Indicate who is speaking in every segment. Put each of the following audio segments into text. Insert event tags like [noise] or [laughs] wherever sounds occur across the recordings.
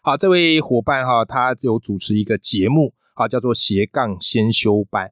Speaker 1: 好，这位伙伴哈，他有主持一个节目，好叫做《斜杠先修班》。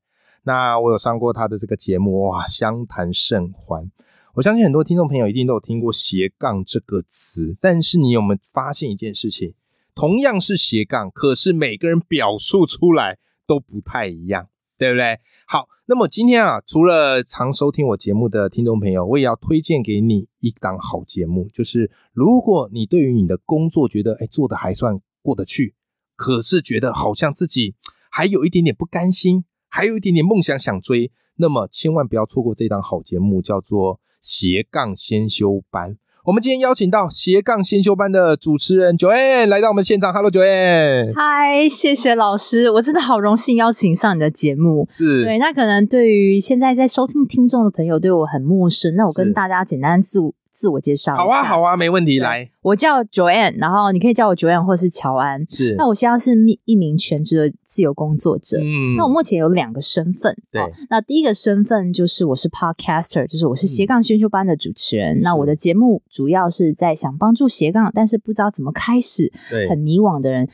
Speaker 1: 那我有上过他的这个节目，哇，相谈甚欢。我相信很多听众朋友一定都有听过斜杠这个词，但是你有没有发现一件事情？同样是斜杠，可是每个人表述出来都不太一样，对不对？好，那么今天啊，除了常收听我节目的听众朋友，我也要推荐给你一档好节目，就是如果你对于你的工作觉得哎做的还算过得去，可是觉得好像自己还有一点点不甘心，还有一点点梦想想追，那么千万不要错过这档好节目，叫做《斜杠先修班》。我们今天邀请到斜杠先修班的主持人九 N 来到我们现场，Hello 九 N，
Speaker 2: 嗨，谢谢老师，我真的好荣幸邀请上你的节目。
Speaker 1: 是
Speaker 2: 对，那可能对于现在在收听听众的朋友，对我很陌生，那我
Speaker 1: 是
Speaker 2: 跟大家简单自我自我介绍。
Speaker 1: 好啊好
Speaker 2: 啊，
Speaker 1: 啊，没问题，来
Speaker 2: 我叫 Joanne，然后你可以叫我 Joanne 或是乔安。
Speaker 1: 是
Speaker 2: 那我现在是一名全职的自由工作者。
Speaker 1: 嗯
Speaker 2: 那我目前有两个身份，
Speaker 1: 对
Speaker 2: 哦那第一个身份就是我是 podcaster，就是我是斜杠先修班的主持人。那
Speaker 1: 嗯是
Speaker 2: 我的节目主要是在想帮助斜杠，但是不知道怎么开始，
Speaker 1: 对
Speaker 2: 很迷惘的人，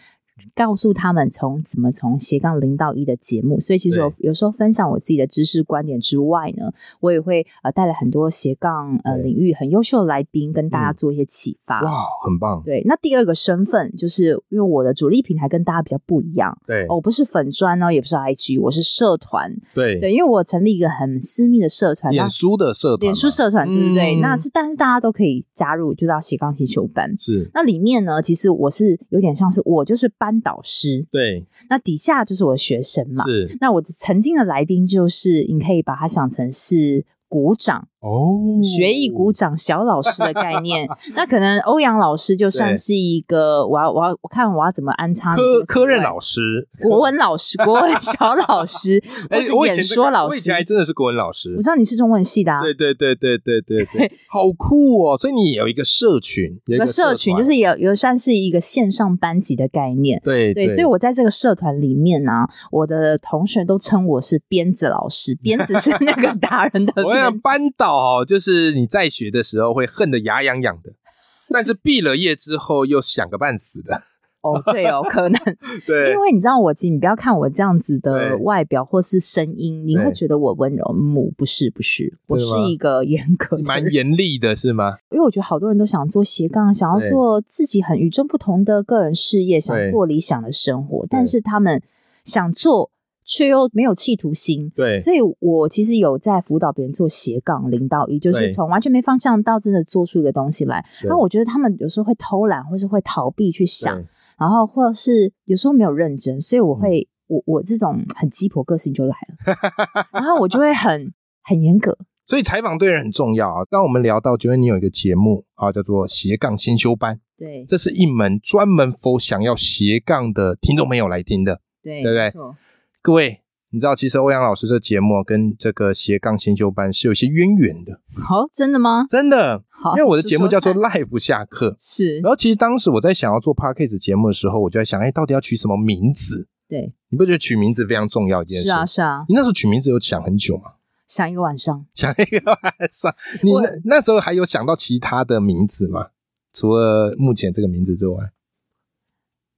Speaker 2: 告诉他们从怎么从斜杠零到一的节目。所以其实我有时候分享我自己的知识观点之外呢，我也会呃带来很多斜杠呃
Speaker 1: 对
Speaker 2: 领域很优秀的来宾，跟大家
Speaker 1: 嗯
Speaker 2: 做一些启发。
Speaker 1: 哇，很棒，
Speaker 2: 对，那第二个身份就是因为我的主力平台跟大家比较不一样，
Speaker 1: 对
Speaker 2: 哦我不是粉砖哦，也不是 IG，我是社团。
Speaker 1: 对，
Speaker 2: 对，因为我成立一个很私密的社团，那
Speaker 1: 脸书的社团嘛，
Speaker 2: 脸书社团，对对对，
Speaker 1: 嗯
Speaker 2: 那是但是大家都可以加入，就到斜杠先修班。
Speaker 1: 是，
Speaker 2: 那里面呢，其实我是有点像是我就是班导师，
Speaker 1: 对，
Speaker 2: 那底下就是我的学生嘛。
Speaker 1: 是
Speaker 2: 那我曾经的来宾就是，你可以把它想成是鼓掌、
Speaker 1: 哦，
Speaker 2: 学艺鼓掌小老师的概
Speaker 1: [laughs]
Speaker 2: 念。那可能欧阳老师就算是一个，我要我要我看我要怎么安插你这
Speaker 1: 科
Speaker 2: 个
Speaker 1: 科任
Speaker 2: 词汇
Speaker 1: 老师，，
Speaker 2: 国文老师、国文小老师
Speaker 1: 哎
Speaker 2: 或是
Speaker 1: 我以前
Speaker 2: 演
Speaker 1: 这个
Speaker 2: 说老
Speaker 1: 我以前还
Speaker 2: 师。
Speaker 1: 真的是国文老师
Speaker 2: 我知，道你是中文系的、啊，
Speaker 1: 对对对对对对
Speaker 2: [laughs]
Speaker 1: 对，好酷哦！所以你有一个社群，有一
Speaker 2: 有
Speaker 1: 个
Speaker 2: 个社群
Speaker 1: 团
Speaker 2: 就是有有算是一个线上班级的概念。
Speaker 1: 对
Speaker 2: 对，所以我在这个社团里面呢、我的同学都称我是鞭子老师，鞭子是那个打人的
Speaker 1: [laughs] 我想
Speaker 2: 鞭。
Speaker 1: 班导哦，就是你在学的时候会恨得牙痒痒的，但是毕了业之后又想个半死的。
Speaker 2: 哦，对哦，可能
Speaker 1: [laughs] 对
Speaker 2: 因为你知道我，其实你不要看我这样子的
Speaker 1: 对
Speaker 2: 外表或是声音，你会
Speaker 1: 对
Speaker 2: 觉得我温柔。母不是不是，我
Speaker 1: 真
Speaker 2: 是
Speaker 1: 的吗
Speaker 2: 一个严格
Speaker 1: 你
Speaker 2: 的
Speaker 1: 蛮
Speaker 2: 人，
Speaker 1: 严厉的是吗？
Speaker 2: 因为我觉得好多人都想做斜杠，想要
Speaker 1: 对
Speaker 2: 做自己很与众不同的个人事业，想
Speaker 1: 对
Speaker 2: 过理想的生活，但是他们想做却又没有企图心，
Speaker 1: 对
Speaker 2: 所以我其实有在辅导别人做斜杠零到一，就
Speaker 1: 对
Speaker 2: 是从完全没方向到真的做出一个东西来。
Speaker 1: 对
Speaker 2: 然后我觉得他们有时候会偷懒，或是会逃避去想，
Speaker 1: 对
Speaker 2: 然后或者是有时候没有认真，所以我
Speaker 1: 嗯
Speaker 2: 会、我我这种很鸡婆个性就来了，然后我就会很很严格。
Speaker 1: 所以采访对人很重要啊。当我们聊到，觉得你有一个节目啊，叫做斜杠先修班，
Speaker 2: 对
Speaker 1: 这是一门专门 for 想要斜杠的听众朋友来听的。
Speaker 2: 对
Speaker 1: 对不对
Speaker 2: 没错
Speaker 1: 各位，你知道其实欧阳老师这节目啊跟这个斜杠先修班是有一些渊源的，
Speaker 2: 好、真的吗？
Speaker 1: 真的。
Speaker 2: 好，
Speaker 1: 因为我的节目叫做哦
Speaker 2: 说
Speaker 1: 《
Speaker 2: 说看嗯
Speaker 1: 赖不下课》，
Speaker 2: 是
Speaker 1: 然后其实当时我在想要做 podcast 节目的时候，我就在想，哎，到底要取什么名字？
Speaker 2: 对，
Speaker 1: 你不觉得取名字非常重要一件事？
Speaker 2: 是啊是啊，
Speaker 1: 你那时候取名字有想很久吗？
Speaker 2: 想一个晚上。
Speaker 1: 想一个晚上， [laughs] 你
Speaker 2: 我
Speaker 1: 那那时候还有想到其他的名字吗？除了目前这个名字之外，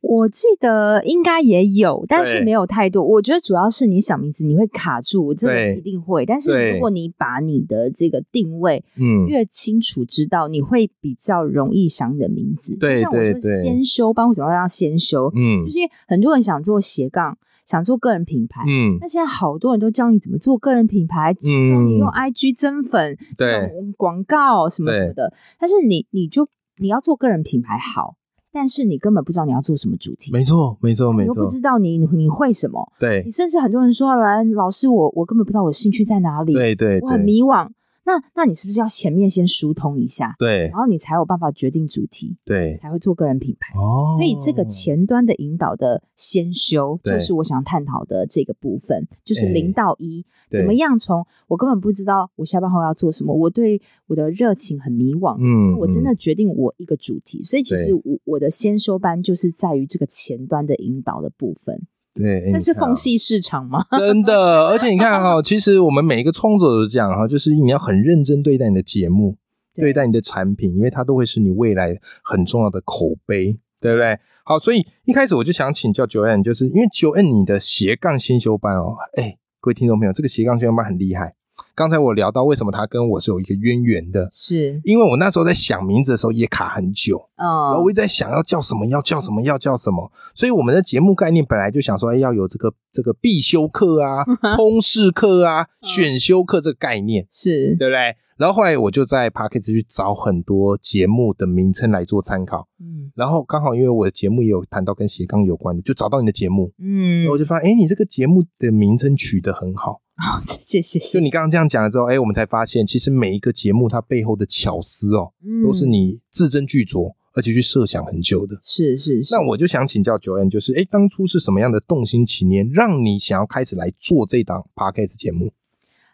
Speaker 2: 我记得应该也有，但是没有太多。我觉得主要是你想名字你会卡住，我这
Speaker 1: 对
Speaker 2: 个一定会。但是
Speaker 1: 对
Speaker 2: 如果你把你的这个定位
Speaker 1: 嗯，
Speaker 2: 越清楚知道，你会比较容易想你的名字。
Speaker 1: 对
Speaker 2: 就像我
Speaker 1: 对
Speaker 2: 说
Speaker 1: 对
Speaker 2: 先修班，为什么要先修？
Speaker 1: 嗯
Speaker 2: 就是因为很多人想做斜杠，想做个人品牌。
Speaker 1: 嗯，
Speaker 2: 那现在好多人都教你怎么做个人品牌，教你用 IG 增粉，
Speaker 1: 对，
Speaker 2: 种广告什么什么的。但是你你就你要做个人品牌好，但是你根本不知道你要做什么主题，
Speaker 1: 没错，没错，
Speaker 2: 你
Speaker 1: 没
Speaker 2: 又
Speaker 1: 错
Speaker 2: 不，知道你你会什么，
Speaker 1: 对
Speaker 2: 你，甚至很多人说来老师我我根本不知道我兴趣在哪里，
Speaker 1: 对对
Speaker 2: 我很
Speaker 1: 对，
Speaker 2: 迷惘。那那你是不是要前面先疏通一下，
Speaker 1: 对
Speaker 2: 然后你才有办法决定主题，
Speaker 1: 对，
Speaker 2: 才会做个人品牌？
Speaker 1: 哦
Speaker 2: 所以这个前端的引导的先修，
Speaker 1: 对
Speaker 2: 就是我想探讨的这个部分，就是
Speaker 1: 哎
Speaker 2: 零到一、
Speaker 1: 对
Speaker 2: 怎么样从我根本不知道我下班后要做什么，我对我的热情很迷惘，
Speaker 1: 嗯，
Speaker 2: 我真
Speaker 1: 嗯
Speaker 2: 的决定我一个主题，所以其实我我的先修班就是在于这个前端的引导的部分，
Speaker 1: 对，哎
Speaker 2: 那
Speaker 1: 你
Speaker 2: 是
Speaker 1: 看啊
Speaker 2: 缝隙市场吗？ [laughs]
Speaker 1: 真的，而且你看哈、其实我们每一个创作者都这样哈、就是你要很认真对待你的节目，
Speaker 2: 对
Speaker 1: 对待你的产品，因为它都会是你未来很重要的口碑，对不对？好，所以一开始我就想请教九 N，就是因为九 N 你的斜杠先修班哦，哎，各位听众朋友，这个斜杠先修班很厉害。刚才我聊到为什么它跟我是有一个渊源的，
Speaker 2: 是，
Speaker 1: 因为我那时候在想名字的时候也卡很久，然后
Speaker 2: 嗯
Speaker 1: 我，一直在想要叫什么，要叫什么，要叫什么。所以我们的节目概念本来就想说，哎，要有这个这个必修课
Speaker 2: [laughs]
Speaker 1: 啊、通识课啊、
Speaker 2: 嗯
Speaker 1: 选修课这个概念，
Speaker 2: 是，
Speaker 1: 对不对？然后后来我就在 p a c k e t 去找很多节目的名称来做参考，
Speaker 2: 嗯
Speaker 1: 然后刚好因为我的节目也有谈到跟斜杠有关的，就找到你的节目，
Speaker 2: 嗯
Speaker 1: 然后，我就发现，哎，你这个节目的名称取得很好。
Speaker 2: 好，谢谢，
Speaker 1: 就你刚刚这样讲了之后，哎，我们才发现，其实每一个节目它背后的巧思哦，都是
Speaker 2: 嗯，
Speaker 1: 你字斟句酌，而且去设想很久的。
Speaker 2: 是是是，
Speaker 1: 那我就想请教九恩，就是哎，诶当初是什么样的动心起念，让你想要开始来做这档 podcast 节目？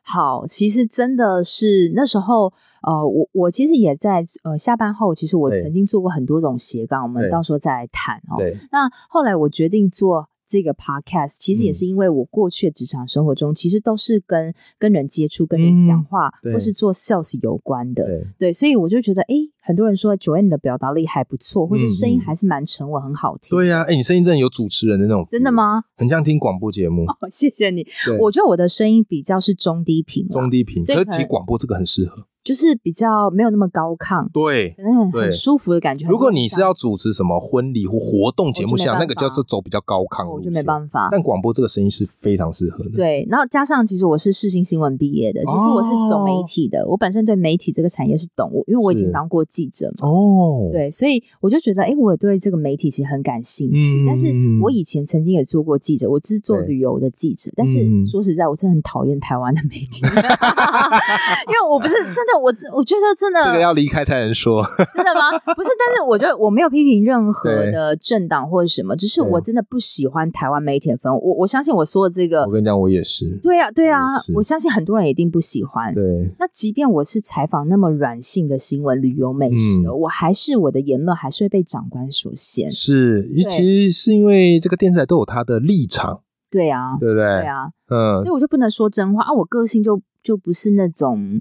Speaker 2: 好，其实真的是那时候，呃，我我其实也在呃下班后，其实我
Speaker 1: 对
Speaker 2: 曾经做过很多种斜杠，我们
Speaker 1: 对
Speaker 2: 到时候再来谈哦。
Speaker 1: 对，
Speaker 2: 那后来我决定做这个 podcast，其实也
Speaker 1: 嗯
Speaker 2: 是因为我过去的职场生活中，其实都是跟跟人接触、跟人讲
Speaker 1: 嗯
Speaker 2: 话，
Speaker 1: 对
Speaker 2: 或是做 sales 有关的。
Speaker 1: 对，
Speaker 2: 对，所以我就觉得，诶，很多人说 Joanne 的表达力还不错，或
Speaker 1: 嗯
Speaker 2: 是声音
Speaker 1: 嗯
Speaker 2: 还是蛮沉稳、很好听。
Speaker 1: 对呀、啊，哎，你声音真的有主持人的那种，
Speaker 2: 真的？吗？ [laughs]
Speaker 1: 很像听广播节目，
Speaker 2: 哦，谢谢你。
Speaker 1: 对，
Speaker 2: 我觉得我的声音比较是中低频啦，
Speaker 1: 中低频，
Speaker 2: 所以
Speaker 1: 可是
Speaker 2: 可
Speaker 1: 其实
Speaker 2: 能
Speaker 1: 广播这个很适合。
Speaker 2: 就是比较没有那么高亢，
Speaker 1: 对，
Speaker 2: 可能很
Speaker 1: 对
Speaker 2: 很舒服的感觉。
Speaker 1: 如果
Speaker 2: 很
Speaker 1: 你是要主持什么婚礼或活动节目
Speaker 2: 我就没
Speaker 1: 像
Speaker 2: 办
Speaker 1: 那个叫
Speaker 2: 法
Speaker 1: 是走比较高亢，
Speaker 2: 我就没办法。
Speaker 1: 但广播这个声音是非常适合的。
Speaker 2: 对，然后加上其实我是世新新闻毕业的，其实我是走媒体的，我本身对媒体这个产业是懂，我因为我已
Speaker 1: 哦是
Speaker 2: 经当过记者嘛。
Speaker 1: 哦，
Speaker 2: 对，所以我就觉得，哎，我对这个媒体其实很感兴趣。
Speaker 1: 嗯
Speaker 2: 但是我以前曾经也做过记者，我只是做
Speaker 1: 对
Speaker 2: 旅游的记者。但是
Speaker 1: 嗯
Speaker 2: 说实在，我真的很讨厌台湾的媒体，因 [laughs] 为我不是真的，我真我觉得真的
Speaker 1: 这个要离开才能说。
Speaker 2: 真的吗？ [laughs] 不是，但是我觉得我没有批评任何的政党或者什么，只是
Speaker 1: 对
Speaker 2: 我真的不喜欢台湾媒体的氛围。我我相信我说的这个
Speaker 1: 我，跟你讲，我也是。
Speaker 2: 呃对啊，对啊
Speaker 1: 我也是，
Speaker 2: 我相信很多人一定不喜欢。
Speaker 1: 对，
Speaker 2: 那即便我是采访那么软性的新闻、旅游、美食，
Speaker 1: 嗯
Speaker 2: 我还是我的言论还是会被长官所限。
Speaker 1: 是，因为
Speaker 2: 对
Speaker 1: 其实是因为这个电视台都有它的立场，
Speaker 2: 对啊，
Speaker 1: 对不对？
Speaker 2: 对啊，
Speaker 1: 嗯
Speaker 2: 所以，我就不能说真话啊。我个性就就不是那种，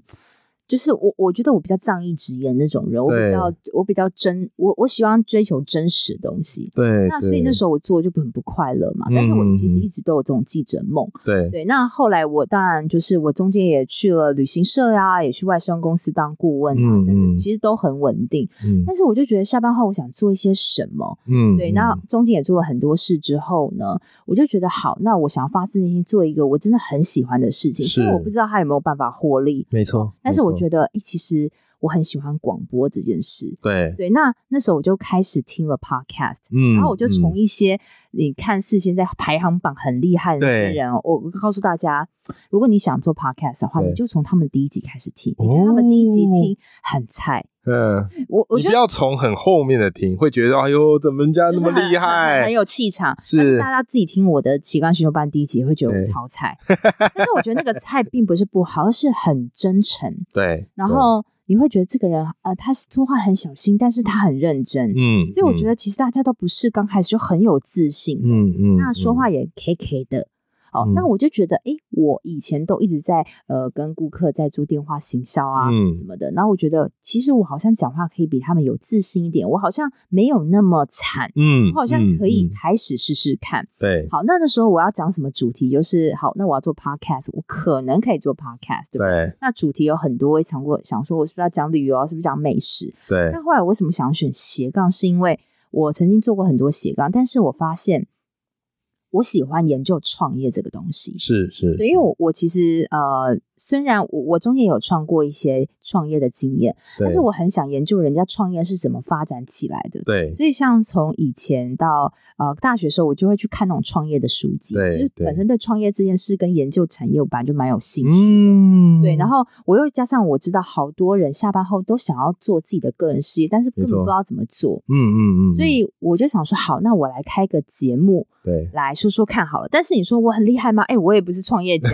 Speaker 2: 就是我我觉得我比较仗义直言那种人，我
Speaker 1: 对
Speaker 2: 比较我比较真，我我喜欢追求真实的东西。
Speaker 1: 对，嗯
Speaker 2: 那所以那时候我做就很不快乐嘛，但是我其实一直都有这种记者梦。
Speaker 1: 候对
Speaker 2: 对，那后来我当然就是我中间也去了旅行社呀、也去外商公司当顾问啊，
Speaker 1: 嗯嗯
Speaker 2: 其实都很稳定。
Speaker 1: 嗯
Speaker 2: 但是我就觉得下班后我想做一些什么，
Speaker 1: 嗯
Speaker 2: 对，那中间也做了很多事之后呢，我就觉得好，那我想要发自内心做一个我真的很喜欢的事情，
Speaker 1: 是
Speaker 2: 虽然我不知道它有没有办法获利，
Speaker 1: 没错，
Speaker 2: 哦但是我
Speaker 1: 得
Speaker 2: 觉得，诶其实我很喜欢广播这件事。
Speaker 1: 对，
Speaker 2: 对，那那时候我就开始听了 podcast，
Speaker 1: 嗯
Speaker 2: 然后我就从
Speaker 1: 嗯
Speaker 2: 一些你看似现在排行榜很厉害的那
Speaker 1: 对
Speaker 2: 些人哦，我告诉大家，如果你想做 podcast 的话，
Speaker 1: 对
Speaker 2: 你就从他们第一集开始听。
Speaker 1: 哦
Speaker 2: 你看他们第一集听很菜，
Speaker 1: 嗯，
Speaker 2: 我我
Speaker 1: 你
Speaker 2: 觉
Speaker 1: 不
Speaker 2: 得
Speaker 1: 要从很后面的听，会觉得哎呦，怎么人家
Speaker 2: 就
Speaker 1: 那
Speaker 2: 是
Speaker 1: 么
Speaker 2: 很
Speaker 1: 厉
Speaker 2: 很很
Speaker 1: 害
Speaker 2: 很？有气场。
Speaker 1: 是
Speaker 2: 但是大家自己听我的奇观学修班第一集也会觉得我
Speaker 1: 对
Speaker 2: 超菜，但是我觉得那个菜并不是不好，而是很真诚。
Speaker 1: 对，
Speaker 2: 然后你会觉得这个人呃，他是说话很小心，但是他很认真。
Speaker 1: 对嗯，
Speaker 2: 所以我觉
Speaker 1: 得
Speaker 2: 得其实大家都不是刚开始就很有自信的
Speaker 1: 嗯嗯，
Speaker 2: 那说话
Speaker 1: 嗯
Speaker 2: 也 K K 的。哦
Speaker 1: 嗯，
Speaker 2: 那我就觉得，诶，我以前都一直在呃跟顾客在做电话行销啊、
Speaker 1: 嗯
Speaker 2: 什么的，然后我觉得其实我好像讲话可以比他们有自信一点，我好像没有那么惨，
Speaker 1: 嗯，
Speaker 2: 我好像
Speaker 1: 嗯
Speaker 2: 可以
Speaker 1: 嗯
Speaker 2: 开始试试看。
Speaker 1: 对
Speaker 2: 好，那那时候我要讲什么主题？就是好，那我要做 podcast，我可能可以做 podcast，对吧？
Speaker 1: 对
Speaker 2: 那主题有很多，我也想过想说，我是不是要讲旅游啊，是不是讲美食？
Speaker 1: 对
Speaker 2: 那后来我为什么想选斜杠，是因为我曾经做过很多斜杠，但是我发现我喜欢研究创业这个东西。
Speaker 1: 是是，
Speaker 2: 对，因为我我其实呃虽然我我中间有创过一些创业的经验，
Speaker 1: 对
Speaker 2: 但是我很想研究人家创业是怎么发展起来的。
Speaker 1: 对
Speaker 2: 所以，像从以前到呃大学的时候，我就会去看那种创业的书籍。
Speaker 1: 对
Speaker 2: 其实
Speaker 1: 对
Speaker 2: 本身对创业这件事跟研究产业，我本来就蛮有兴趣。
Speaker 1: 嗯
Speaker 2: 对，然后我又加上我知道好多人下班后都想要做自己的个人事业，但是根
Speaker 1: 没
Speaker 2: 本
Speaker 1: 错
Speaker 2: 不知道怎么做，
Speaker 1: 嗯嗯嗯，
Speaker 2: 所以我就想说，好，那我来开个节目
Speaker 1: 对
Speaker 2: 来说说看好了。但是你说我很厉害吗？哎，我也不是创业家，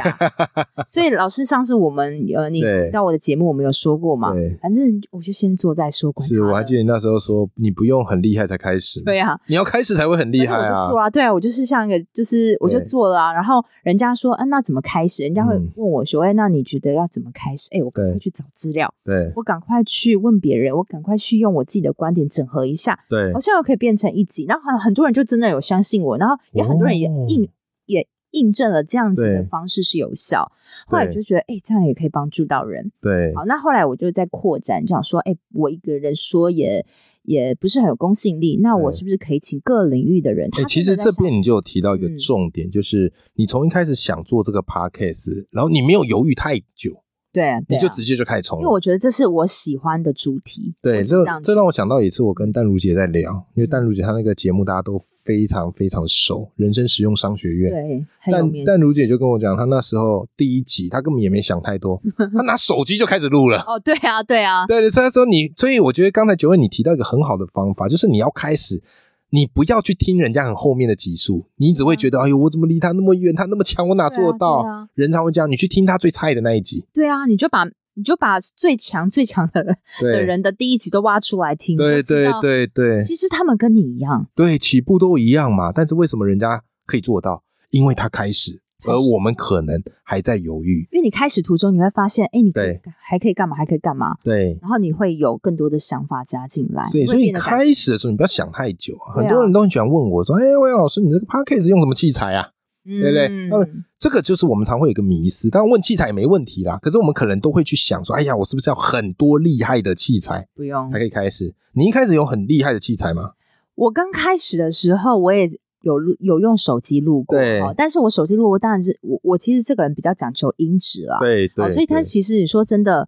Speaker 2: 所以老师上次我们呃，你
Speaker 1: 对
Speaker 2: 到我的节目我们有说过嘛，
Speaker 1: 对，
Speaker 2: 反正我就先做再说，管
Speaker 1: 是
Speaker 2: 他
Speaker 1: 我还
Speaker 2: 的
Speaker 1: 记得你那时候说你不用很厉害才开始，
Speaker 2: 对，啊，
Speaker 1: 你要开始才会很厉害
Speaker 2: 但是我
Speaker 1: 啊
Speaker 2: 就，做啊，对啊，我就是像一个，就是我就
Speaker 1: 对
Speaker 2: 做了啊。然后人家说，嗯、那怎么开始？人家会
Speaker 1: 嗯
Speaker 2: 问我说，哎、那你觉得要怎么开始？哎，我赶
Speaker 1: 对
Speaker 2: 快去找资料，
Speaker 1: 对
Speaker 2: 我赶快去问别人，我赶快去用我自己的观点整合一下，
Speaker 1: 对
Speaker 2: 好像又可以变成一集。然后很很多人就真的有相信我，然后也很多人也
Speaker 1: 哦
Speaker 2: 印、也印证了这样子的
Speaker 1: 对
Speaker 2: 方式是有效。后来我
Speaker 1: 对
Speaker 2: 就觉得，哎，这样也可以帮助到人。
Speaker 1: 对
Speaker 2: 好，那后来我就在扩展，就想说，哎、我一个人说也也不是很有公信力，那我
Speaker 1: 对
Speaker 2: 是不是可以请各领域的人？
Speaker 1: 哎、
Speaker 2: 他
Speaker 1: 其
Speaker 2: 真
Speaker 1: 实
Speaker 2: 的在
Speaker 1: 这
Speaker 2: 想
Speaker 1: 边你就有提到一个
Speaker 2: 嗯
Speaker 1: 重点，就是你从一开始想做这个 podcast，然后你没有犹豫太久，
Speaker 2: 对啊，
Speaker 1: 你
Speaker 2: 对啊
Speaker 1: 就直接就开始冲
Speaker 2: 因
Speaker 1: 了。
Speaker 2: 为我觉得这是我喜欢的主题，
Speaker 1: 对，
Speaker 2: 我
Speaker 1: 这
Speaker 2: 只样
Speaker 1: 这
Speaker 2: 觉
Speaker 1: 让
Speaker 2: 得
Speaker 1: 我想到一次，我跟淡如姐在聊，因为淡
Speaker 2: 嗯
Speaker 1: 如姐她那个节目大家都非常非常熟，人生实用商学院。
Speaker 2: 对很有
Speaker 1: 但
Speaker 2: 面子
Speaker 1: 但如姐就跟我讲，她那时候第一集，她根本也没想太
Speaker 2: [laughs]
Speaker 1: 多，她拿手机就开始录了。
Speaker 2: 哦，对啊，对啊，
Speaker 1: 对，所以她说你，所以我觉得刚才九问你提到一个很好的方法，就是你要开始，你不要去听人家很后面的集数，你只会觉得，哎呦，我怎么离他那么远，他那么强，我哪
Speaker 2: 嗯对啊
Speaker 1: 做得到？
Speaker 2: 对啊
Speaker 1: 人常会这样，你去听他最菜的那一集，
Speaker 2: 对啊，你就把你就把最强最强的人的
Speaker 1: 对，
Speaker 2: 人的第一集都挖出来听，
Speaker 1: 对
Speaker 2: 就知
Speaker 1: 对
Speaker 2: 道
Speaker 1: 对对
Speaker 2: 其实他们跟你一样，
Speaker 1: 对，起步都一样嘛，但是为什么人家可以做到？因为他开始，而我们可能还在犹豫。
Speaker 2: 因为你开始途中你会发现，哎，你可以
Speaker 1: 对
Speaker 2: 还可以干嘛，还可以干嘛，
Speaker 1: 对，
Speaker 2: 然后你会有更多的想法加进来，
Speaker 1: 对，
Speaker 2: 你会
Speaker 1: 所以
Speaker 2: 变得感
Speaker 1: 开始的时候你不要想太久啊。
Speaker 2: 对
Speaker 1: 很
Speaker 2: 啊
Speaker 1: 多人都很喜欢问我说：“哎，魏老师，你这个 podcast 用什么器材啊
Speaker 2: 对
Speaker 1: 对不对那么这个就是我们常会有一个迷思，当然问器材也没问题啦。可是我们可能都会去想说：“哎呀，我是不是要很多厉害的器材
Speaker 2: 不用
Speaker 1: 才。可以开始？”你一开始有很厉害的器材吗？
Speaker 2: 我刚开始的时候，我也有录，有用手机录过，
Speaker 1: 对
Speaker 2: 哦但是我手机录，我当然是我我其实这个人比较讲求音质啦，
Speaker 1: 对
Speaker 2: 哦所以它其实你说真的，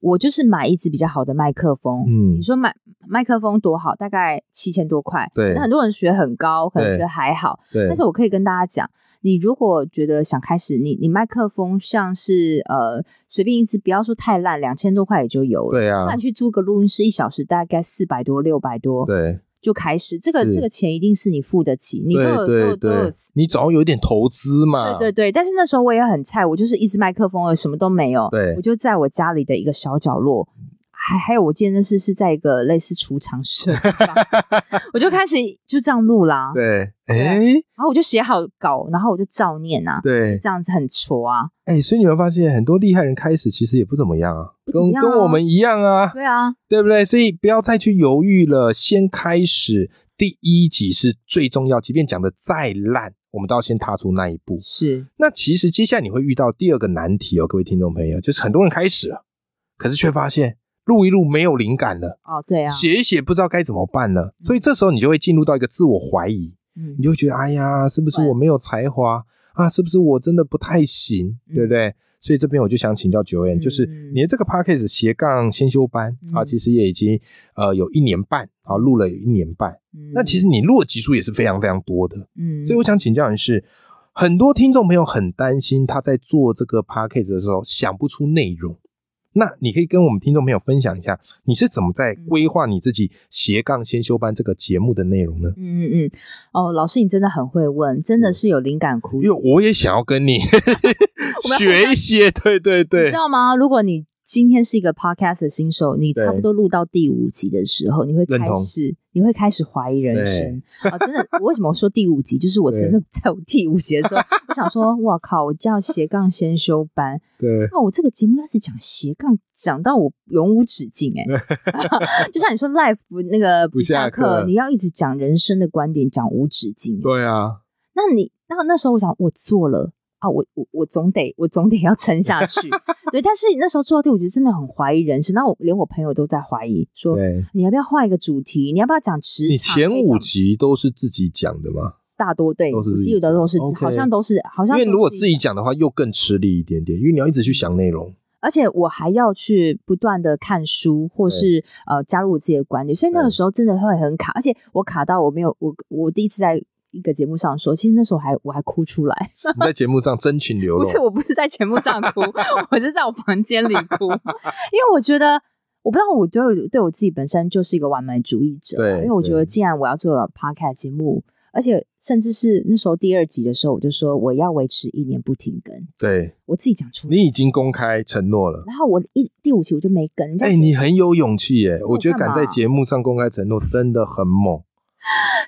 Speaker 2: 我就是买一支比较好的麦克风，
Speaker 1: 嗯
Speaker 2: 你说买麦克风多好，大概七千多块，
Speaker 1: 对
Speaker 2: 那很多人学很高，可能
Speaker 1: 对
Speaker 2: 觉得还好，
Speaker 1: 对
Speaker 2: 但是我可以跟大家讲，你如果觉得想开始，你你麦克风像是呃随便一支，不要说太烂，两千多块也就有了。
Speaker 1: 对啊
Speaker 2: 那，你去租个录音室，一小时大概四百多、六百多
Speaker 1: 对
Speaker 2: 就开始，这个
Speaker 1: 是
Speaker 2: 这个钱一定是你付得起，你都有
Speaker 1: 对
Speaker 2: 都有
Speaker 1: 对
Speaker 2: 都有
Speaker 1: 对，你总要有一点投资嘛。
Speaker 2: 对对对，但是那时候我也很菜，我就是一支麦克风，我什么都没有，
Speaker 1: 对
Speaker 2: 我就在我家里的一个小角落，还还有我记得那是是在一个类似储
Speaker 1: [laughs]
Speaker 2: 藏室的地方，我就开始就这样录啦，
Speaker 1: 对，
Speaker 2: 对啊
Speaker 1: 哎，
Speaker 2: 然后我就写好稿，然后我就照念啊，
Speaker 1: 对，
Speaker 2: 这样子很挫啊，
Speaker 1: 哎，所以你会发现很多厉害人开始其实也不怎么样啊，
Speaker 2: 不怎么
Speaker 1: 跟
Speaker 2: 样
Speaker 1: 跟
Speaker 2: 啊
Speaker 1: 我们一样啊。
Speaker 2: 对啊，
Speaker 1: 对不对？所以不要再去犹豫了，先开始。第一集是最重要，即便讲的再烂，我们都要先踏出那一步。
Speaker 2: 是
Speaker 1: 那其实接下来你会遇到第二个难题哦，各位听众朋友，就是很多人开始了，可是却发现录一录没有灵感了，
Speaker 2: 哦，对啊，
Speaker 1: 写一写不知道该怎么办了，所以这时候你就会进入到一个自我怀疑，
Speaker 2: 嗯
Speaker 1: 你就会觉得哎呀，是不是
Speaker 2: 对
Speaker 1: 我没有才华啊？是不是我真的不太行？
Speaker 2: 嗯
Speaker 1: 对不对？所以这边我就想请教九恩，
Speaker 2: 嗯
Speaker 1: 就是你的这个 p a c k a g e 斜杠先修班
Speaker 2: 嗯
Speaker 1: 啊，其实也已经呃有一年半啊，录了有一年半。
Speaker 2: 嗯
Speaker 1: 那其实你录的集数也是非常非常多的，
Speaker 2: 嗯，
Speaker 1: 所以我想请教你是，很多听众朋友很担心他在做这个 p a c k a g e 的时候想不出内容。那你可以跟我们听众朋友分享一下，你是怎么在
Speaker 2: 嗯
Speaker 1: 规划你自己斜杠先修班这个节目的内容呢？
Speaker 2: 嗯嗯嗯，哦，老师你真的很会问，真的是有灵感枯
Speaker 1: 嗯因为我也想要跟
Speaker 2: [laughs]
Speaker 1: 你
Speaker 2: 们
Speaker 1: 学一些， [laughs] 对对
Speaker 2: 你
Speaker 1: 对
Speaker 2: 知，道吗？如果你今天是一个 podcast 的新手，你
Speaker 1: 对
Speaker 2: 差不多录到第五集的时候，你会
Speaker 1: 认
Speaker 2: 开
Speaker 1: 同
Speaker 2: 始，你会开始怀疑人生啊！真的，我为什么说第五集？就是我真的在我第五集的时候，我想说，哇靠！我叫斜杠先修班，
Speaker 1: 对
Speaker 2: 那我这个节目要是讲斜杠，讲到我永无止境
Speaker 1: [laughs]
Speaker 2: 哎、就像你说 life 不那个
Speaker 1: 不下
Speaker 2: 课，
Speaker 1: 课
Speaker 2: 你要一直讲人生的观点，讲无止境。
Speaker 1: 对啊，
Speaker 2: 那你那那时候我想我做了啊，我我我总得我总得要撑下
Speaker 1: [laughs]
Speaker 2: 去，对。但是那时候做到第五集真的很怀疑人生，那我连我朋友都在怀疑说，
Speaker 1: 对，
Speaker 2: 你要不要换一个主题？你要不要讲职
Speaker 1: 你
Speaker 2: 场？
Speaker 1: 前
Speaker 2: 可以讲
Speaker 1: 五集都是自己讲的吗？
Speaker 2: 大多对，
Speaker 1: 都是
Speaker 2: 我
Speaker 1: 自己
Speaker 2: 记得都是
Speaker 1: OK
Speaker 2: 好像都是好
Speaker 1: 因
Speaker 2: 像
Speaker 1: 为如果
Speaker 2: 都是
Speaker 1: 自己讲的话，又更吃力一点点，因为你要一直去想内
Speaker 2: [laughs]
Speaker 1: 容。
Speaker 2: 而且我还要去不断的看书，或是呃加入我自己的观点，所以那个
Speaker 1: 对
Speaker 2: 时候真的会很卡，而且我卡到我没有我我第一次在一个节目上说，其实那时候还我还哭出来，
Speaker 1: 你在节目上真情流
Speaker 2: 不
Speaker 1: 露，
Speaker 2: 是我不是在节目上
Speaker 1: [laughs]
Speaker 2: 哭，我是在我房间里哭，因为我觉得。我不知道，我对我对我自己本身就是一个完美主义者啊，
Speaker 1: 对
Speaker 2: 因为我觉
Speaker 1: 对
Speaker 2: 得既然我要做 podcast 节目，而且甚至是那时候第二集的时候，我就说我要维持一年不停更，
Speaker 1: 对
Speaker 2: 我自己讲出来。
Speaker 1: 你已经公开承诺了。
Speaker 2: 然后我一第五期我就没跟，人家
Speaker 1: 哎、
Speaker 2: 觉得
Speaker 1: 你很有勇气耶！我觉得敢
Speaker 2: 干嘛
Speaker 1: 在节目上公开承诺真的很猛。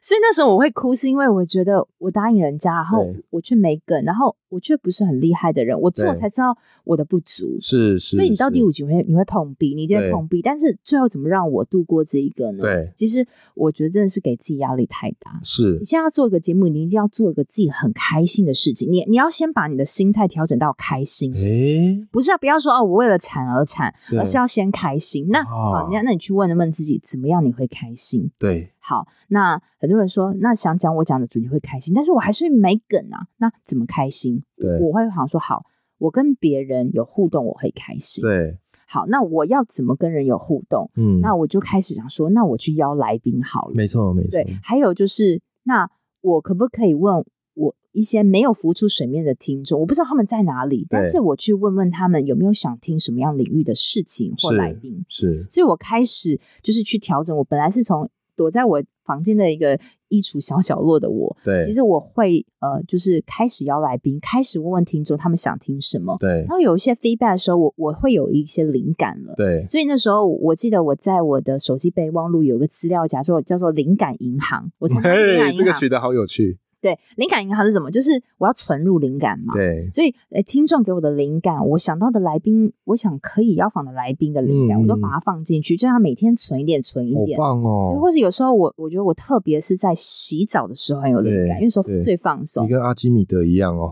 Speaker 2: 所以那时候我会哭，是因为我觉得我答应人家，然后
Speaker 1: 对
Speaker 2: 我却没跟，然后我却不是很厉害的人，我做
Speaker 1: 对
Speaker 2: 才知道我的不足。
Speaker 1: 是是，
Speaker 2: 所以你到
Speaker 1: 是
Speaker 2: 第五集你会你会碰壁，你一定
Speaker 1: 对
Speaker 2: 会碰壁，但是最后怎么让我度过这一个呢？，
Speaker 1: 对
Speaker 2: 其实我觉得真的是给自己压力太大。
Speaker 1: 是
Speaker 2: 你现在要做一个节目，你一定要做一个自己很开心的事情。你你要先把你的心态调整到开心，
Speaker 1: 哎、
Speaker 2: 不是啊，不要说哦，我为了产而产，
Speaker 1: 对
Speaker 2: 而是要先开心。那
Speaker 1: 哦
Speaker 2: 好，那那你去问问自己，怎么样你会开心？
Speaker 1: 对
Speaker 2: 好，那很多人说，那想讲我讲的主题会开心，但是我还是没梗啊，那怎么开心？
Speaker 1: 对
Speaker 2: 我会好像说，好，我跟别人有互动，我会开心。
Speaker 1: 对，
Speaker 2: 好，那我要怎么跟人有互动？
Speaker 1: 嗯，
Speaker 2: 那我就开始想说，那我去邀来宾好了。
Speaker 1: 没错没错，
Speaker 2: 对，还有就是，那我可不可以问我一些没有浮出水面的听众？我不知道他们在哪里，但
Speaker 1: 对
Speaker 2: 是我去问问他们有没有想听什么样领域的事情或
Speaker 1: 是
Speaker 2: 来宾。
Speaker 1: 是
Speaker 2: 所以我开始就是去调整。我本来是从躲在我房间的一个衣橱小角落的我，
Speaker 1: 对
Speaker 2: 其实我会呃，就是开始邀来宾，开始问问听众他们想听什么。
Speaker 1: 对
Speaker 2: 然后有一些 feedback 的时候，我我会有一些灵感了。
Speaker 1: [laughs] 对
Speaker 2: 所以那时候，我记得我在我的手机备忘录有一个资料夹，说叫做“灵感银行”。我常常去灵感
Speaker 1: 哎这
Speaker 2: 银
Speaker 1: 个
Speaker 2: 行。
Speaker 1: 取得好有趣，
Speaker 2: 对，灵感银行是什么？就是我要存入灵感嘛。
Speaker 1: 对
Speaker 2: 所以，呃，听众给我的灵感，我想到的来宾，我想可以邀访的来宾的灵感，
Speaker 1: 嗯
Speaker 2: 我都把它放进去，就让每天存一点，存一
Speaker 1: 好
Speaker 2: 点。哎
Speaker 1: 棒
Speaker 2: 对
Speaker 1: 哦！
Speaker 2: 或是有时候我，我觉得我特别是在洗澡的时候很有灵感，
Speaker 1: 对
Speaker 2: 因为时候
Speaker 1: 对
Speaker 2: 最放
Speaker 1: 你
Speaker 2: 松。
Speaker 1: 跟阿基米德一样
Speaker 2: [laughs]
Speaker 1: 哦，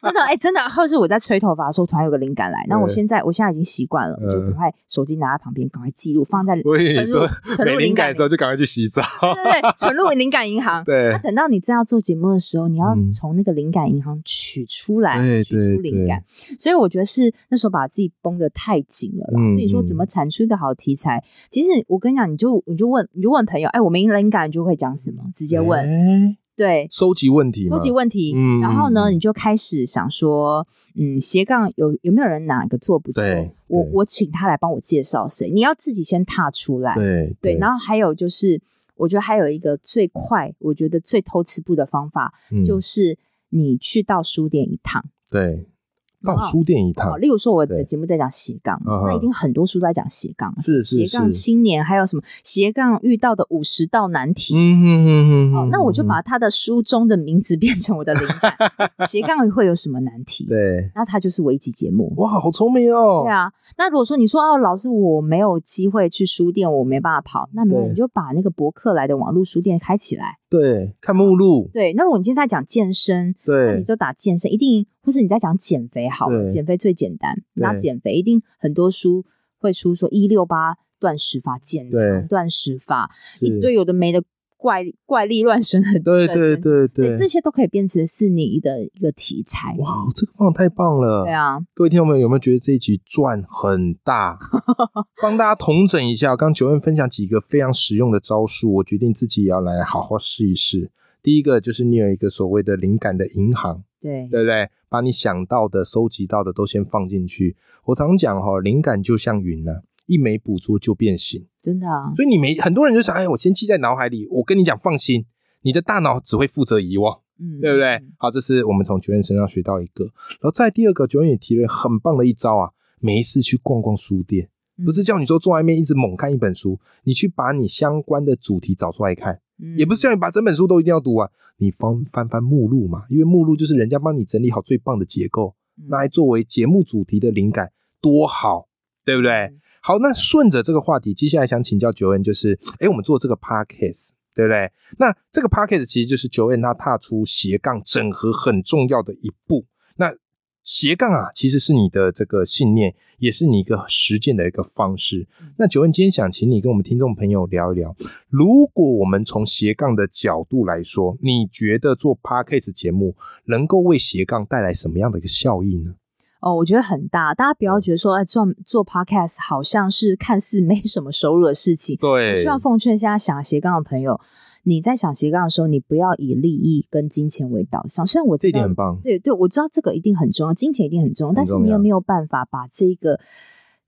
Speaker 2: 真的，哎、真的，或是我在吹头发的时候，突然有个灵感来，那我
Speaker 1: 对
Speaker 2: 现在我现在已经习惯了，我就
Speaker 1: 嗯
Speaker 2: 赶快手机拿在旁边，赶快记录，放在
Speaker 1: 我以 [laughs] 为你
Speaker 2: 存入
Speaker 1: 说
Speaker 2: 存
Speaker 1: 没
Speaker 2: 入
Speaker 1: 灵感
Speaker 2: 感
Speaker 1: 的时候就赶快去
Speaker 2: [laughs]
Speaker 1: 洗澡，
Speaker 2: 对对对，存入灵感银行。
Speaker 1: 对
Speaker 2: 那 [laughs] 等到你真要做节目的时候，你要
Speaker 1: 嗯
Speaker 2: 从那个灵感银行取出来，
Speaker 1: 对
Speaker 2: 取出
Speaker 1: 对
Speaker 2: 灵感。所以我觉得是那时候把自己绷得太紧了啦。
Speaker 1: 嗯
Speaker 2: 所以说，
Speaker 1: 嗯
Speaker 2: 怎么产出一个好题材？其实我跟你讲，你就你就问你就问朋友，哎，我没灵感，你就会讲什么？直接问，
Speaker 1: 哎
Speaker 2: 对。
Speaker 1: 收集问题嘛，
Speaker 2: 收集问题，
Speaker 1: 嗯
Speaker 2: 然后呢，
Speaker 1: 嗯
Speaker 2: 你就开始想说，嗯，斜杠有有没有人哪个做不错
Speaker 1: 对？
Speaker 2: 我
Speaker 1: 对
Speaker 2: 我请他来帮我介绍谁？你要自己先踏出来，
Speaker 1: 对
Speaker 2: 对，然
Speaker 1: 后
Speaker 2: 后还有就是，我觉得还有一个最快，我觉得最偷吃步的方法，
Speaker 1: 嗯
Speaker 2: 就是你去到书店一趟。
Speaker 1: 对到
Speaker 2: 然后
Speaker 1: 书店一趟
Speaker 2: 哦，，例如说我的
Speaker 1: 对
Speaker 2: 节目在讲斜杠嘛，
Speaker 1: 嗯哼
Speaker 2: 那一定很多书都在讲斜杠，
Speaker 1: 是是
Speaker 2: 斜杠
Speaker 1: 是，
Speaker 2: 青年，还有什么斜杠遇到的五十道难题。
Speaker 1: 嗯哼哼哼
Speaker 2: 哦
Speaker 1: 哼，
Speaker 2: 那我就
Speaker 1: 哼
Speaker 2: 把他的书中的名字变成我的灵感。斜杠会有什么难题？
Speaker 1: 对，
Speaker 2: 那它就是我一集节目。
Speaker 1: 哇，好聪明哦，
Speaker 2: 对啊，那如果说你说哦，老师我没有机会去书店，我没办法跑，那没有
Speaker 1: 对
Speaker 2: 你就把那个博客来的网络书店开起来。
Speaker 1: 对，看目录，
Speaker 2: 对，那如果你现在讲健身，那你
Speaker 1: 对
Speaker 2: 就打健身，一定或是你在讲减肥好了，
Speaker 1: 对
Speaker 2: 减肥最简单，拿
Speaker 1: 对
Speaker 2: 减肥一定很多书会出说一六八断食法、减
Speaker 1: 对
Speaker 2: 糖断食法，
Speaker 1: 是
Speaker 2: 一堆有的没的怪怪力乱神很
Speaker 1: 对对对对，
Speaker 2: 这些都可以变成是你的一个题材。
Speaker 1: 哇，这个棒太棒了！
Speaker 2: 对啊，
Speaker 1: 各位听众朋友有没有觉得这一集赚很大？帮大家统整一下，刚九恩分享几个非常实用的招数，我决定自己也要来好好试一试。第一个就是你有一个所谓的灵感的银行，
Speaker 2: 对
Speaker 1: 对不对？把你想到的、收集到的都先放进去。我常讲哈、哦，灵感就像云啊，一没捕捉就变形。
Speaker 2: 真的啊，
Speaker 1: 所以你没很多人就想，哎，我先记在脑海里。我跟你讲，放心，你的大脑只会负责遗忘。
Speaker 2: 嗯，
Speaker 1: 对不对
Speaker 2: 嗯？
Speaker 1: 好，这是我们从九恩身上学到一个。然后再第二个，九恩也提了很棒的一招啊，没事去逛逛书店，
Speaker 2: 嗯
Speaker 1: 不是叫你说坐外面一直猛看一本书，你去把你相关的主题找出来看，
Speaker 2: 嗯
Speaker 1: 也不是，叫你把整本书都一定要读完，你翻翻翻目录嘛，因为目录就是人家帮你整理好最棒的结构，
Speaker 2: 嗯
Speaker 1: 拿来作为节目主题的灵感，多好，对不对？
Speaker 2: 嗯
Speaker 1: 好，那顺着这个话题，接下来想请教九恩，就是，诶，我们做这个 podcast，对不对？那这个 podcast 其实就是九恩他踏出斜杠整合很重要的一步。那斜杠啊，其实是你的这个信念，也是你一个实践的一个方式。
Speaker 2: 嗯
Speaker 1: 那九恩今天想请你跟我们听众朋友聊一聊，如果我们从斜杠的角度来说，你觉得做 podcast 节目能够为斜杠带来什么样的一个效益呢？
Speaker 2: 哦，我觉得很大，大家
Speaker 1: 嗯
Speaker 2: 不要觉得说，哎，做做 podcast 好像是看似没什么收入的事情。
Speaker 1: 对
Speaker 2: 希望奉劝现在想斜杠的朋友，你在想斜杠的时候，你不要以利益跟金钱为导向。虽然我
Speaker 1: 这
Speaker 2: 知
Speaker 1: 一点
Speaker 2: 道
Speaker 1: 很棒。
Speaker 2: 对对，我知道这个一定很重要，金钱一定很重要，但是
Speaker 1: 重
Speaker 2: 你有
Speaker 1: 要
Speaker 2: 没有办法把这个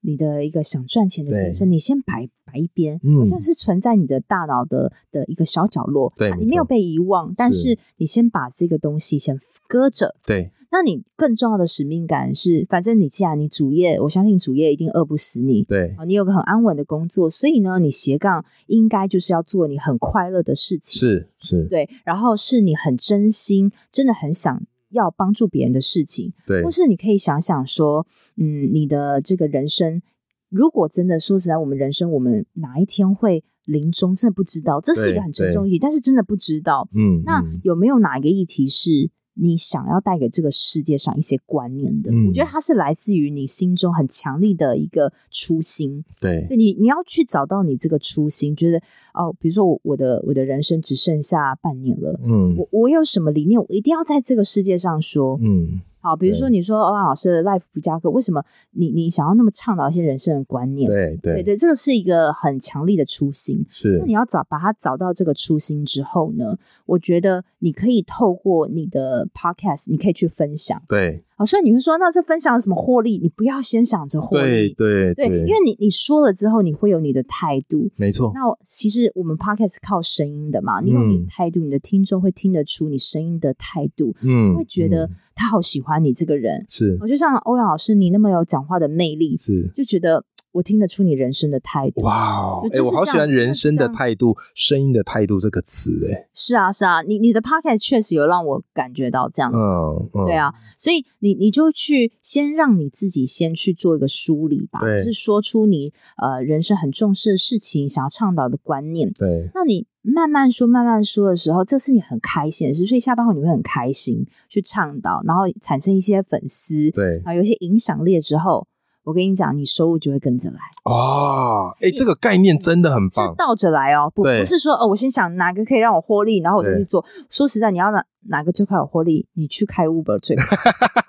Speaker 2: 你的一个想赚钱的
Speaker 1: 对
Speaker 2: 心声，你先摆摆一边，
Speaker 1: 嗯
Speaker 2: 好像是存在你的大脑的的一个小角落，
Speaker 1: 对
Speaker 2: 啊
Speaker 1: 没
Speaker 2: 你没有
Speaker 1: 错
Speaker 2: 被遗忘，但
Speaker 1: 是
Speaker 2: 是你先把这个东西先搁着。
Speaker 1: 对，
Speaker 2: 那你更重要的使命感是，反正你既然你主业，我相信主业一定饿不死你。
Speaker 1: 对，
Speaker 2: 啊，你有个很安稳的工作，所以呢，你斜杠应该就是要做你很快乐的事情。
Speaker 1: 是是，
Speaker 2: 对，然后是你很真心，真的很想要帮助别人的事情，
Speaker 1: 对
Speaker 2: 或，是你可以想想说，嗯，你的这个人生，如果真的说实在，我们人生我们哪一天会临终，真的不知道，这是一
Speaker 1: 对
Speaker 2: 个很沉
Speaker 1: 对
Speaker 2: 重的议题，但是真的不知道。
Speaker 1: 嗯，
Speaker 2: 那
Speaker 1: 嗯
Speaker 2: 有没有哪一个议题是你想要带给这个世界上一些观念的？
Speaker 1: 嗯
Speaker 2: 我觉得它是来自于你心中很强力的一个初心。
Speaker 1: 对，
Speaker 2: 对你，你要去找到你这个初心，觉得哦，比如说我我的我的人生只剩下半年了，
Speaker 1: 嗯
Speaker 2: 我我有什么理念，我一定要在这个世界上说。
Speaker 1: 嗯，
Speaker 2: 好，比如说
Speaker 1: 对
Speaker 2: 你说欧哦阳老师的 life 不加课，为什么你你想要那么倡导一些人生的观念？
Speaker 1: 对对
Speaker 2: 对对，这个是一个很强力的初心。
Speaker 1: 是
Speaker 2: 那你要找把它找到这个初心之后呢，我觉得你可以透过你的 podcast，你可以去分享。
Speaker 1: 对
Speaker 2: 好、所以你会说，那这分享有什么获利？你不要先想着获
Speaker 1: 对
Speaker 2: 利，
Speaker 1: 对
Speaker 2: 因为你你说了之后，你会有你的态度。
Speaker 1: 没错，
Speaker 2: 那我其实我们 podcast 靠声音的嘛，你有你
Speaker 1: 嗯
Speaker 2: 的态度，你的听众会听得出你声音的态度，
Speaker 1: 嗯，
Speaker 2: 会觉得
Speaker 1: 嗯
Speaker 2: 他好喜欢你这个人。
Speaker 1: 是
Speaker 2: 我就像欧阳老师，你那么有讲话的魅力，
Speaker 1: 是。
Speaker 2: 就觉得我听得出你人生的态度。
Speaker 1: 哇哦！哎、
Speaker 2: 对就是
Speaker 1: 我好
Speaker 2: 这
Speaker 1: 喜欢“
Speaker 2: 样
Speaker 1: 人
Speaker 2: 就是
Speaker 1: 生
Speaker 2: 这
Speaker 1: 的
Speaker 2: 样
Speaker 1: 态度”、“声音的态度”这个词、哎，
Speaker 2: 是啊，是啊，你你的 podcast 确实有让我感觉到这样子，
Speaker 1: 嗯嗯，
Speaker 2: 对，啊，所以你你就去先让你自己先去做一个梳理吧，
Speaker 1: 对
Speaker 2: 就是说出你呃人生很重视的事情，想要倡导的观念。
Speaker 1: 对，
Speaker 2: 那你慢慢说、慢慢说的时候，这是你很开心的事，所以下班后你会很开心去倡导，然后产生一些粉丝，
Speaker 1: 对，
Speaker 2: 啊，有一些影响力的时候，我跟你讲，你收入就会跟着来。
Speaker 1: 哦，哎、这个概念真的很
Speaker 2: 啊是
Speaker 1: 棒，
Speaker 2: 倒着来哦，不
Speaker 1: 对
Speaker 2: 不是说哦，我先想哪个可以让我获利，然后我就
Speaker 1: 对
Speaker 2: 去做。说实在，你要哪哪个最快有获利，你去开 Uber 最
Speaker 1: [laughs]
Speaker 2: 快。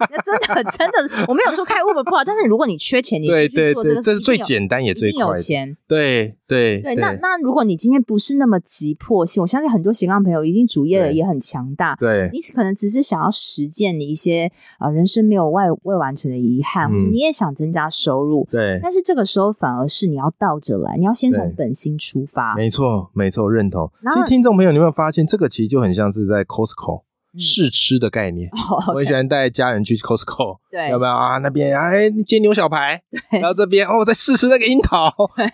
Speaker 2: 那真的真的，我没有说开 Uber 不好，但是如果你缺钱，你
Speaker 1: 对
Speaker 2: 就
Speaker 1: 对
Speaker 2: 去做这
Speaker 1: 对，
Speaker 2: 个，
Speaker 1: 这是最
Speaker 2: 一定有
Speaker 1: 简单也最
Speaker 2: 一定有
Speaker 1: 快的，
Speaker 2: 钱。
Speaker 1: 对对
Speaker 2: 对，那那如果你今天不是那么急迫性，我相信很多斜杠朋友已经主业了，
Speaker 1: 对
Speaker 2: 也很强大。
Speaker 1: 对
Speaker 2: 你可能只是想要实践你一些呃人生没有未未完成的遗憾，或者
Speaker 1: 嗯
Speaker 2: 你也想增加收入，
Speaker 1: 对，
Speaker 2: 但是这个时候反而是你要倒着来，你要先
Speaker 1: 对
Speaker 2: 从本心出发。嗯
Speaker 1: 没错没错，认同。
Speaker 2: 然
Speaker 1: 其
Speaker 2: 后
Speaker 1: 实听众朋友，你有没有发现，这个其实就很像是在 Costco
Speaker 2: 嗯
Speaker 1: 试吃的概念。
Speaker 2: 哦，
Speaker 1: 我很喜欢带家人去 Costco，
Speaker 2: 对
Speaker 1: [laughs] 有没有啊？那边哎煎牛小排，然后这边哦再试吃那个樱桃，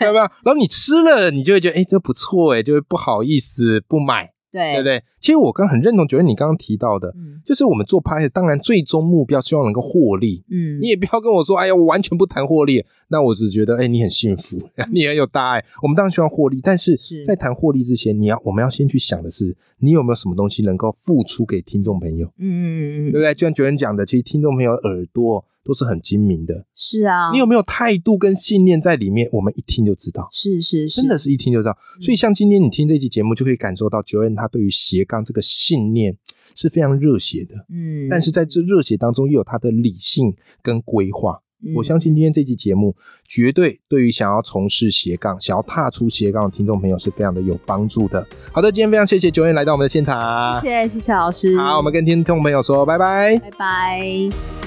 Speaker 1: 有没有？然后你吃了，你就会觉得哎这不错哎，就会不好意思不买，
Speaker 2: 对
Speaker 1: 对不对？其实我刚很认同，觉得你刚刚提到的，
Speaker 2: 嗯
Speaker 1: 就是我们做 p a 当然最终目标希望能够获利。
Speaker 2: 嗯
Speaker 1: 你也不要跟我说，哎呀，我完全不谈获利。那我只觉得，哎，你很幸福， [laughs] 你很有大爱。我们当然希望获利，但是
Speaker 2: 嗯是
Speaker 1: 在谈获利之前，你要我们要先去想的是，你有没有什么东西能够付出给听众朋友？
Speaker 2: 嗯嗯
Speaker 1: 对
Speaker 2: 嗯，
Speaker 1: 不对？就像九人讲的，其实听众朋友耳朵都是很精明的。
Speaker 2: 是啊，
Speaker 1: 你有没有态度跟信念在里面？我们一听就知道，
Speaker 2: 是是是，嗯
Speaker 1: 真的是一听就知道。所以像今天你听这期节目，就可以感受到九人他对于斜杠这个信念是非常热血的。
Speaker 2: 嗯，
Speaker 1: 但是在这热血当中，又有他的理性跟规划。
Speaker 2: 嗯
Speaker 1: 我相信今天这期节目，绝对对于想要从事斜杠、想要踏出斜杠的听众朋友是非常的有帮助的。好的，今天非常谢谢九人来到我们的现场，
Speaker 2: 谢谢谢谢老师，
Speaker 1: 好，我们跟听众朋友说拜拜。
Speaker 2: 拜拜。